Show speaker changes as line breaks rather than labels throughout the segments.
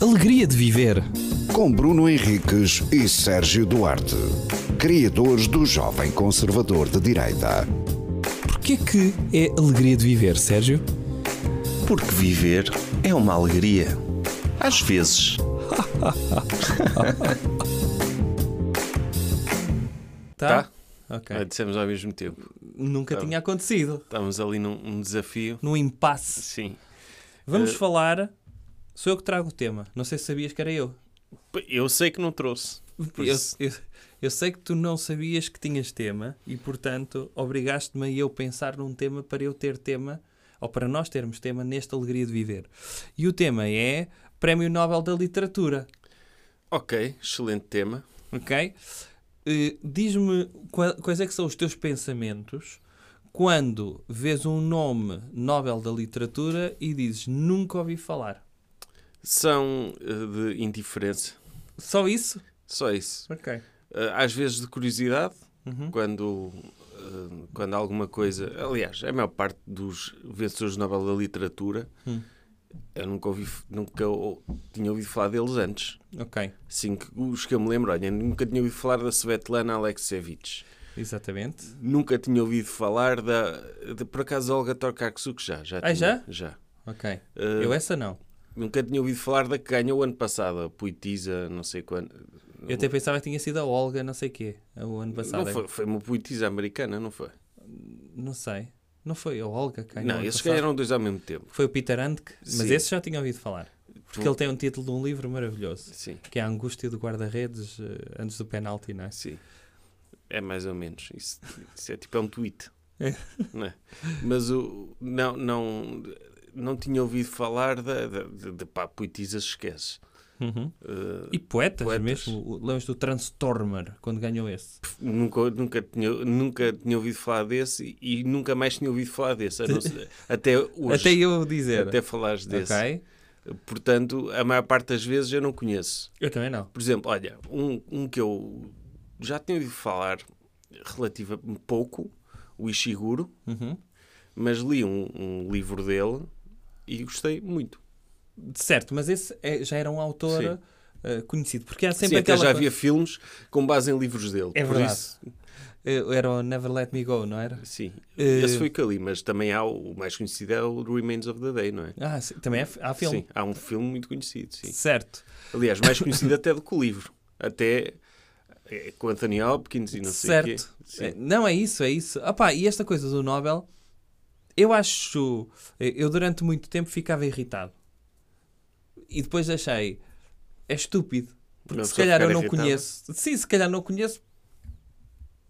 alegria de viver.
Com Bruno Henriques e Sérgio Duarte, criadores do Jovem Conservador de Direita.
Porquê que é alegria de viver, Sérgio?
Porque viver é uma alegria. Às vezes.
Tá? Ok.
Ah, Dissemos ao mesmo tempo.
Nunca tinha acontecido.
Estamos ali num, num desafio.
Num impasse.
Sim.
Vamos
Eh,
falar. Sou eu que trago o tema. Não sei se sabias que era eu.
P- Eu sei que não trouxe. Por
Eu,
isso-
eu- eu sei que tu não sabias que tinhas tema e, portanto, obrigaste-me a eu pensar num tema para eu ter tema, ou para nós termos tema, nesta alegria de viver. E o tema é Prémio Nobel da Literatura,
Ok, excelente tema.
ok? Eh, Diz-me qua- quais é que são os teus pensamentos quando vês um nome Nobel da Literatura e dizes nunca ouvi falar.
São eh, de indiferença.
Só isso?
Só isso.
Ok.
Eh, às vezes de curiosidade,
Uhum.
quando, eh, quando alguma coisa. Aliás, a maior parte dos vencedores do Nobel da Literatura
Hum.
eu nunca ouvi, nunca ou- tinha ouvido falar deles antes.
Ok,
Assim que os que eu me lembro, olha, nunca tinha ouvido falar da Svetlana Alexievich.
exatamente.
Nunca tinha ouvido falar da. de- por acaso, Olga Tokarczuk já. já
Ah,
tinha,
já?
Já.
Ok.
Eh,
Eu é- essa não.
Nunca tinha ouvido falar da que ganhou o ano passado, a Poetisa, não sei quando.
Eu até pensava que tinha sido a Olga, não sei quê, o ano passado.
Não foi, foi uma poetisa americana, não foi?
Não sei. Não foi a Olga que ganhou
não,
ano
esses
é passado?
ganharam dois ao mesmo tempo.
Foi o Peter Handke, mas
Sim.
esse já tinha ouvido falar. Porque
Tu-
ele tem um título de um livro maravilhoso,
Sim,
que é A Angústia do Guarda-Redes eh, antes do penalti, não é?
sim. É mais ou menos. Isso, isso é tipo é um tweet.
É.
Não é? Mas o, não, não, não tinha ouvido falar da. da, da, da pá, poetisa se esquece.
Uhum.
Eh,
E poetas,
Poetas.
mesmo. O- Lembras do Transtormer, quando ganhou esse?
Nunca, nunca, tinha, nunca tinha ouvido falar desse e, e nunca mais tinha ouvido falar desse. a não ser- até hoje.
Até eu dizer.
até falares desse.
Ok.
Portanto, a maior parte das vezes eu não conheço.
Eu também não.
Por exemplo, olha, um, um que eu já tinha ouvido falar relativa um pouco, o Ishiguro,
Uhum.
mas li um, um livro dele e gostei muito.
Certo, mas esse é- já era um autor
Sim.
eh, conhecido. Porque há sempre
Sim, até
aquela
já
coisa-
havia filmes com base em livros dele.
É
Por
verdade.
isso,
Eh, Era o Never Let Me Go, não era?
sim,
Eh,
esse foi o que eu li, mas também há o o mais conhecido é o Remains of the Day, não é?
Ah, sim, também é f- há filme.
Sim, há um filme muito conhecido, sim.
Certo.
Aliás, mais conhecido até do que o livro. Até eh, com Anthony Hopkins e não sei o quê.
Certo.
Sim.
Eh, Não, é isso, é isso. Ah pá, e esta coisa do Nobel, eu acho. eh, Eu durante muito tempo ficava irritado. E depois achei. É estúpido. Porque
Uma
se
pessoa
calhar eu
ficar
não
irritada?
conheço. Sim, se calhar não conheço.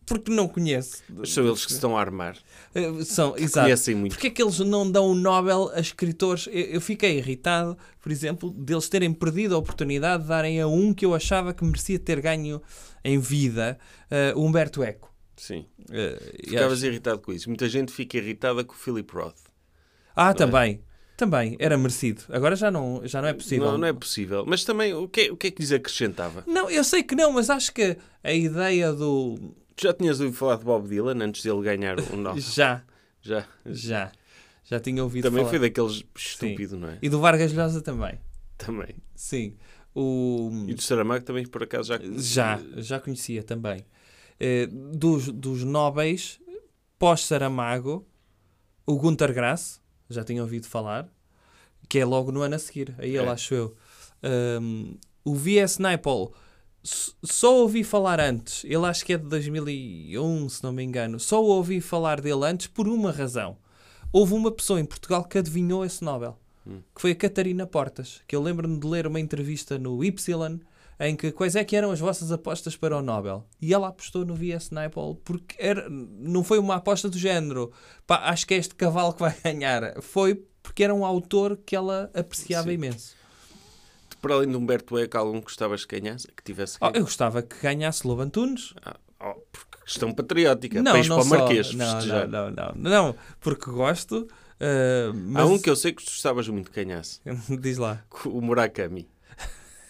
Porque não conheço.
Mas são eles que se estão a armar.
Eh, São, exato.
Conhecem muito.
Porquê é que eles não dão o Nobel a escritores? Eu, eu fiquei irritado, por exemplo, deles terem perdido a oportunidade de darem a um que eu achava que merecia ter ganho em vida, eh, o Humberto Eco.
Sim.
Eh, e
Ficavas
acho-
irritado com isso. Muita gente fica irritada com o Philip Roth. é?
Ah, também. Também, era merecido. Agora já não, já não é possível.
Não, não é possível. Mas também, o que, é- o que é que lhes acrescentava?
Não, eu sei que não, mas acho que a ideia do.
Tu já tinhas ouvido falar de Bob Dylan antes dele ganhar o Nobel?
Já,
já.
já. Já tinha ouvido
Também
falar.
foi daqueles estúpido, não é?
E do Vargas Llosa também.
Também.
Sim. O.
E do Saramago também, por acaso, já...
Já, já conhecia também. Eh, dos, dos nobres, pós-Saramago, o Gunter Grass, já tinha ouvido falar, que é logo no ano a seguir, aí ele
É.
acho eu. Um, o V.S. Naipaul, s- só ouvi falar antes, ele acho que é de 2001, se não me engano, só ouvi falar dele antes por uma razão. Houve uma pessoa em Portugal que adivinhou esse Nobel, que foi a Catarina Portas, que eu lembro-me de ler uma entrevista no Y em que quais é que eram as vossas apostas para o Nobel. E ela apostou no V.S. Naipaul porque era, não foi uma aposta do género, pá, acho que é este cavalo que vai ganhar. Foi porque era um autor que ela apreciava
Sim.
imenso.
Para além de Humberto Eco, algum que gostavas que ganhasse? Que tivesse
Oh,
ganho?
eu gostava que ganhasse Lobo Antunes.
Ah, oh, porque questão patriótica.
Não,
País
não
para o
só-
Marquês.
não,
festejar.
não, não, não, não, porque gosto. ah, mas
Há um que eu sei que gostavas muito que ganhasse.
diz lá.
o Murakami.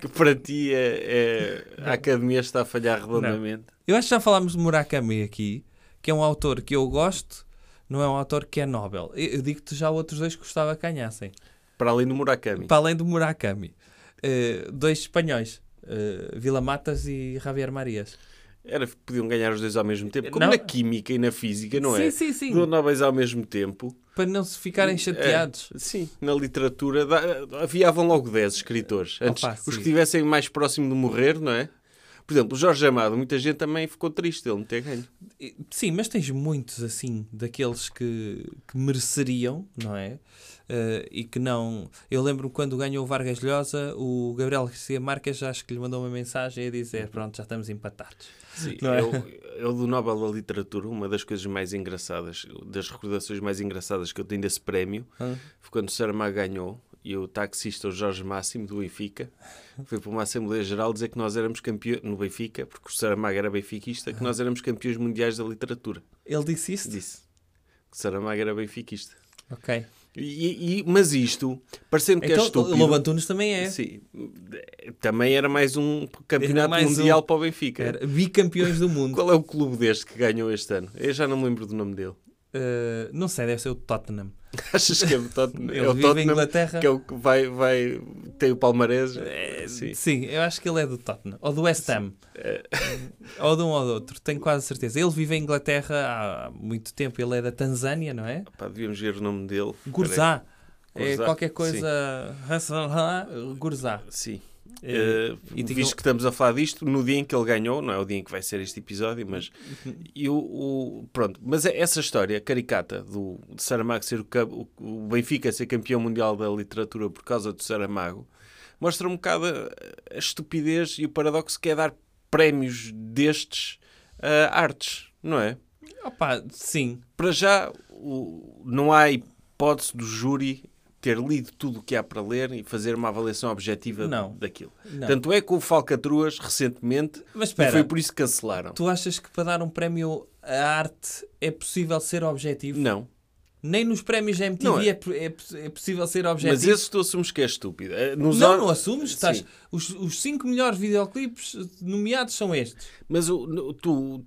que para ti é, é- a academia está a falhar redondamente.
Eu acho que já falámos de Murakami aqui, que é um autor que eu gosto, não é um autor que é Nobel. Eu, eu digo-te já outros dois que gostava que ganhassem.
Para além do Murakami.
Para além do Murakami. Eh, dois espanhóis. eh, Vila Matas e Javier Marias.
Era, podiam ganhar os dois ao mesmo tempo. Como
Não.
na química e na física, não
sim,
é?
sim, sim.
Duas nobres ao mesmo tempo.
Para não se ficarem chateados.
É, sim, na literatura dá- haviavam logo 10 escritores. Antes,
Opa,
os
sim.
que estivessem mais próximo de morrer, não é? Por exemplo, o Jorge Amado, muita gente também ficou triste ele não ter ganho.
E- Sim, mas tens muitos assim, daqueles que, que mereceriam, não é? Eh, e que não. Eu lembro-me quando ganhou o Vargas Llosa, o Gabriel Garcia Marques acho que lhe mandou uma mensagem a dizer: Pronto, já estamos empatados.
Sim,
Não é?
eu, eu do Nobel da Literatura, uma das coisas mais engraçadas, das recordações mais engraçadas que eu tenho desse prémio,
Hã?
foi quando o Saramago ganhou e o taxista o Jorge Máximo do Benfica foi para uma Assembleia Geral dizer que nós éramos campeões no Benfica, porque o Saramago era benfiquista, que nós
Ah.
éramos campeões mundiais da literatura.
Ele disse isso?
Disse que o Saramago era benfiquista.
Ok.
E, e- mas isto, parecendo que é
então, o
estúpido...
Lobo Antunes também é.
Sim, também era mais um campeonato
mais
mundial
um.
para o Benfica.
Era bicampeões do mundo.
Qual é o clube deste que ganhou este ano? Eu já não me lembro do nome dele.
Eh, não sei, deve ser o Tottenham.
Achas que é o Tottenham?
Ele
é o
vive em
Tottenham
Inglaterra. É,
que é o que vai, vai tem o palmarés? Sim.
Sim, eu acho que ele é do Tottenham. Ou do West Ham.
É.
Ou de um ou do outro, tenho quase certeza. Ele vive em Inglaterra há muito tempo. Ele é da Tanzânia, não é?
Pá, devíamos ver o nome dele.
Gurzá.
Peraí.
É
Gurzá,
qualquer coisa. Gurzá.
Peraí. Sim.
É,
Eh,
e
visto
tinha-
que estamos a falar disto, no dia em que ele ganhou, não é o dia em que vai ser este episódio, mas. E o, o- pronto, mas é essa história caricata do de Saramago ser o, cam- o- o Benfica ser campeão mundial da literatura por causa do Saramago mostra um bocado a, a estupidez e o paradoxo que é dar prémios destes a artes, não é?
Opa, sim.
Para já, o- não há hipótese do júri ter lido tudo o que há para ler e fazer uma avaliação objetiva
Não.
daquilo.
Não.
Tanto é que o Falcatruas, recentemente,
Mas
e
espera,
foi por isso que cancelaram.
tu achas que para dar um prémio à arte é possível ser objetivo?
Não.
Nem nos prémios da MTV
Não é.
é. po- é po- é possível ser objetivo.
Mas esse tu assumes que é estúpido. Eh, Nos
Não,
on-
não assumes. Estás,
Sim.
os, os cinco melhores videoclipes nomeados são estes.
Mas o- no- tu,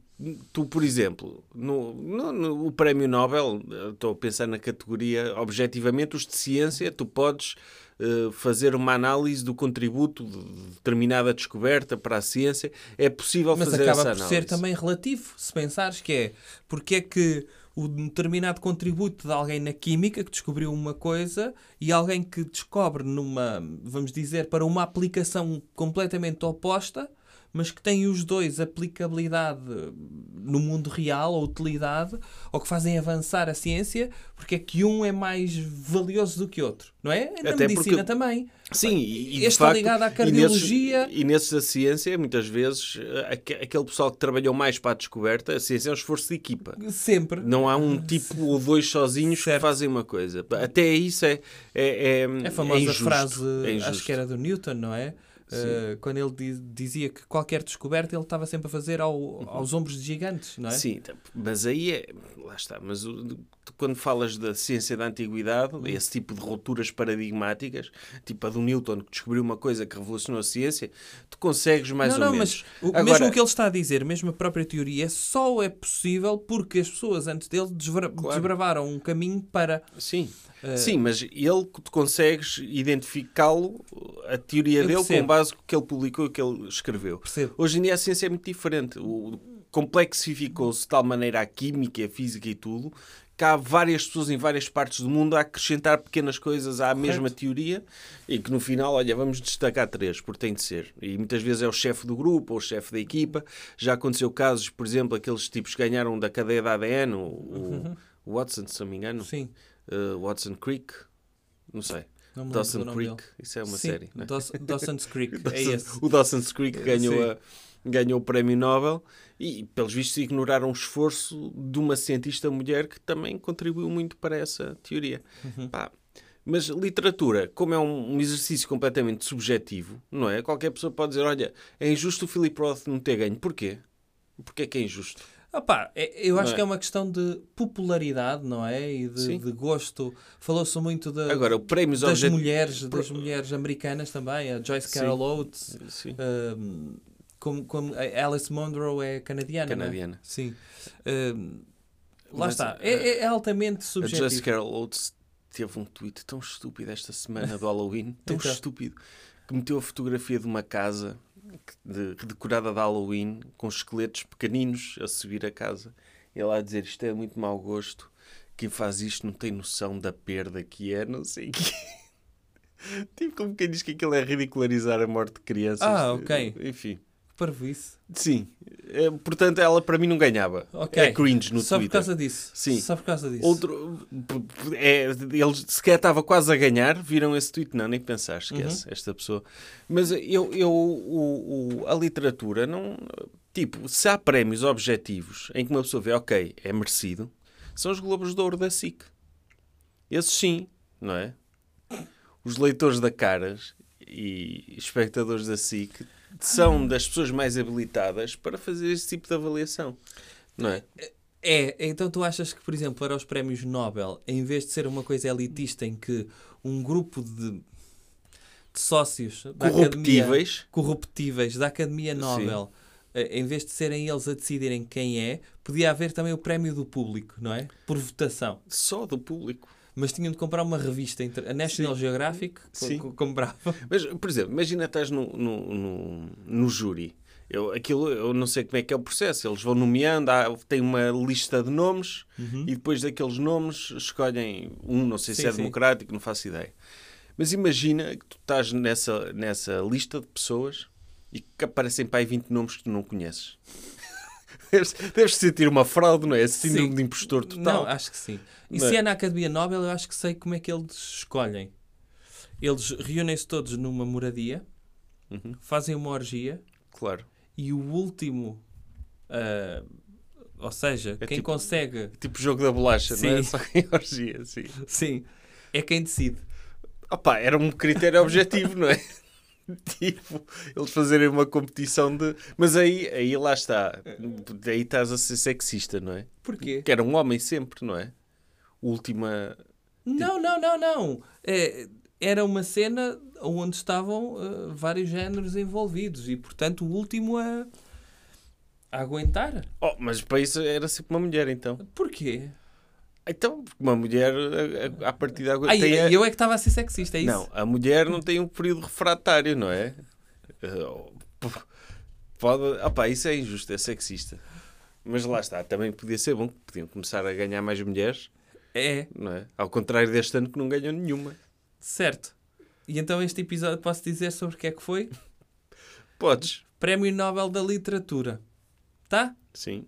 tu, por exemplo, no, no- no- o Prémio Nobel, eh, estou a pensar na categoria, objetivamente, os de ciência, tu podes eh, fazer uma análise do contributo de determinada descoberta para a ciência. É possível
Mas
fazer
acaba
essa
por
análise.
ser também relativo, se pensares que é. Porque é que o determinado contributo de alguém na química que descobriu uma coisa e alguém que descobre numa, vamos dizer, para uma aplicação completamente oposta, mas que tem os dois aplicabilidade no mundo real ou utilidade, ou que fazem avançar a ciência, porque é que um é mais valioso do que outro, não é? Na
Até
medicina
porque-
também.
Sim, e, e
Este
de
está
facto,
ligado à
e nesses-
cardiologia.
E nesses da ciência, muitas vezes, eh, aque- aquele pessoal que trabalhou mais para a descoberta, a ciência é um esforço de equipa.
Sempre.
Não há um tipo ou dois sozinhos
Certo.
que fazem uma coisa. Até isso é, é, é,
É a famosa
é injusto.
frase,
É injusto.
acho que era do Newton, não é? Eh, quando ele di- dizia que qualquer descoberta ele estava sempre a fazer ao- aos ombros de gigantes, não é?
Uhum. Sim, tá- mas aí é. Lá está. Mas o- tu quando falas da ciência da antiguidade,
Uhum.
esse tipo de rupturas paradigmáticas, tipo a do Newton, que descobriu uma coisa que revolucionou a ciência, tu consegues mais
não,
ou
não,
menos.
mas o, mesmo o que ele está a dizer, mesmo a própria teoria, só é possível porque as pessoas antes dele desbra- desbravaram um caminho para.
Sim.
Eh,
Sim, mas ele, tu consegues identificá-lo, a teoria
Eu
dele,
percebo.
com base no que ele publicou e que ele escreveu.
Percebo.
Hoje em dia a ciência é muito diferente. O, complexificou-se de tal maneira a química, a física e tudo, que há várias pessoas em várias partes do mundo a acrescentar pequenas coisas à mesma teoria e que no final, olha, vamos destacar três, porque tem de ser. E muitas vezes é o chefe do grupo ou o chefe da equipa. Já aconteceu casos, por exemplo, aqueles tipos que ganharam da cadeia da ADN, o, o Watson, se não me engano.
Uhum. Sim,
Uh, Watson Creek, não sei.
Não me lembro
Dawson
do nome
Creek,
dele.
isso é uma
sim,
série. não é?
Daws- Dawson's Creek, é
Dawson-
esse. É,
O Dawson's Creek ganhou,
sim.
a- ganhou o prémio Nobel e, pelos vistos, ignoraram o esforço de uma cientista mulher que também contribuiu muito para essa teoria.
Uhum.
Pá, Mas literatura, como é um um exercício completamente subjetivo, não é? Qualquer pessoa pode dizer, olha, é injusto o Philip Roth não ter ganho. Porquê? Porquê é que é injusto?
Opá, é- eu acho
Não é?
que é uma questão de popularidade, não é? E de,
Sim.
de gosto. Falou-se muito de,
Agora, o prémio
Ah, das mulheres, das mulheres americanas também, a Joyce
Sim.
Carol Oates,
Sim.
hum, como, como a Alice Monroe é canadiana, não é?
Canadiana.
Sim. Hum, lá
Mas,
está. É, é altamente
A Joyce
subjetivo.
Carol Oates teve um tweet tão estúpido esta semana do Halloween, tão
Então.
estúpido, que meteu a fotografia de uma casa que- de- decorada de Halloween com esqueletos pequeninos a subir a casa. E lá a dizer isto é muito mau gosto, quem faz isto não tem noção da perda que é, não sei o quê. Tipo como quem diz que aquilo é ridicularizar a morte de crianças.
Ah, ok.
Enfim.
Parvoíce.
Sim. Eh, Portanto, ela para mim não ganhava.
Ok.
É cringe no
Só por
Twitter.
causa disso.
Sim.
Só por causa disso.
Outro, p- p- é, ele sequer estava quase a ganhar, viram esse tweet, não, nem pensar, esquece esta pessoa. Mas eu, eu o- o- a literatura não. Tipo, se há prémios objetivos em que uma pessoa vê, ok, é merecido, são os Globos de Ouro da SIC. Esses sim, não é? Os leitores da Caras e espectadores da SIC são das pessoas mais habilitadas para fazer esse tipo de avaliação, não é?
É, então tu achas que, por exemplo, para os prémios Nobel, em vez de ser uma coisa elitista em que um grupo de, de sócios da academia,
Corruptíveis.
corruptíveis da Academia Nobel, eh, em vez de serem eles a decidirem quem é, podia haver também o prémio do público, não é? Por votação.
Só do público.
Mas tinham de comprar uma revista, inter- a National Geographic co-
Sim.
co- comprava.
Mas, por exemplo, imagina estás no, no, no, no júri. Eu, aquilo, eu não sei como é que é o processo. Eles vão nomeando, há, tem uma lista de nomes e depois daqueles nomes escolhem um, não sei se
Uhum. Sim,
é
sim.
democrático, não faço ideia. Mas imagina que tu estás nessa, nessa lista de pessoas e que aparecem para aí 20 nomes que tu não conheces. deves, deves sentir uma fraude, não é? Esse síndrome
Sim.
de impostor total.
Não, ah, acho que sim. E
Mas-
se é na Academia Nobel, eu acho que sei como é que eles escolhem. Eles reúnem-se todos numa moradia,
Uhum.
fazem uma orgia
Claro.
e o último, ah, ou seja, quem
tipo-
consegue,
Tipo jogo da bolacha, não
Sim.
é? Só que em orgia, sim.
sim, é quem decide.
Opa, era um critério objetivo, não é? tipo, eles fazerem uma competição de. Mas aí, aí lá está. Aí estás a ser sexista, não é?
Porquê?
Que era um homem sempre, não é? Última.
Não, não, não, não. É, era uma cena onde estavam ah, vários géneros envolvidos e, portanto, o último a, a aguentar.
Oh, mas para isso era sempre uma mulher, então.
Porquê?
Então, porque uma mulher, a, a, à partida. agora
Ai,
tem a-
eu é que estava a ser sexista, é isso?
Não, a mulher não tem um período refratário, não é? Eh, p- Pode... Opá, isso é injusto, é sexista. Mas lá está, também podia ser bom, que podiam começar a ganhar mais mulheres.
É.
não é? Ao contrário deste ano que não ganhou nenhuma.
Certo. E então este episódio posso dizer sobre o que é que foi?
Podes.
Prémio Nobel da Literatura. Tá?
Sim.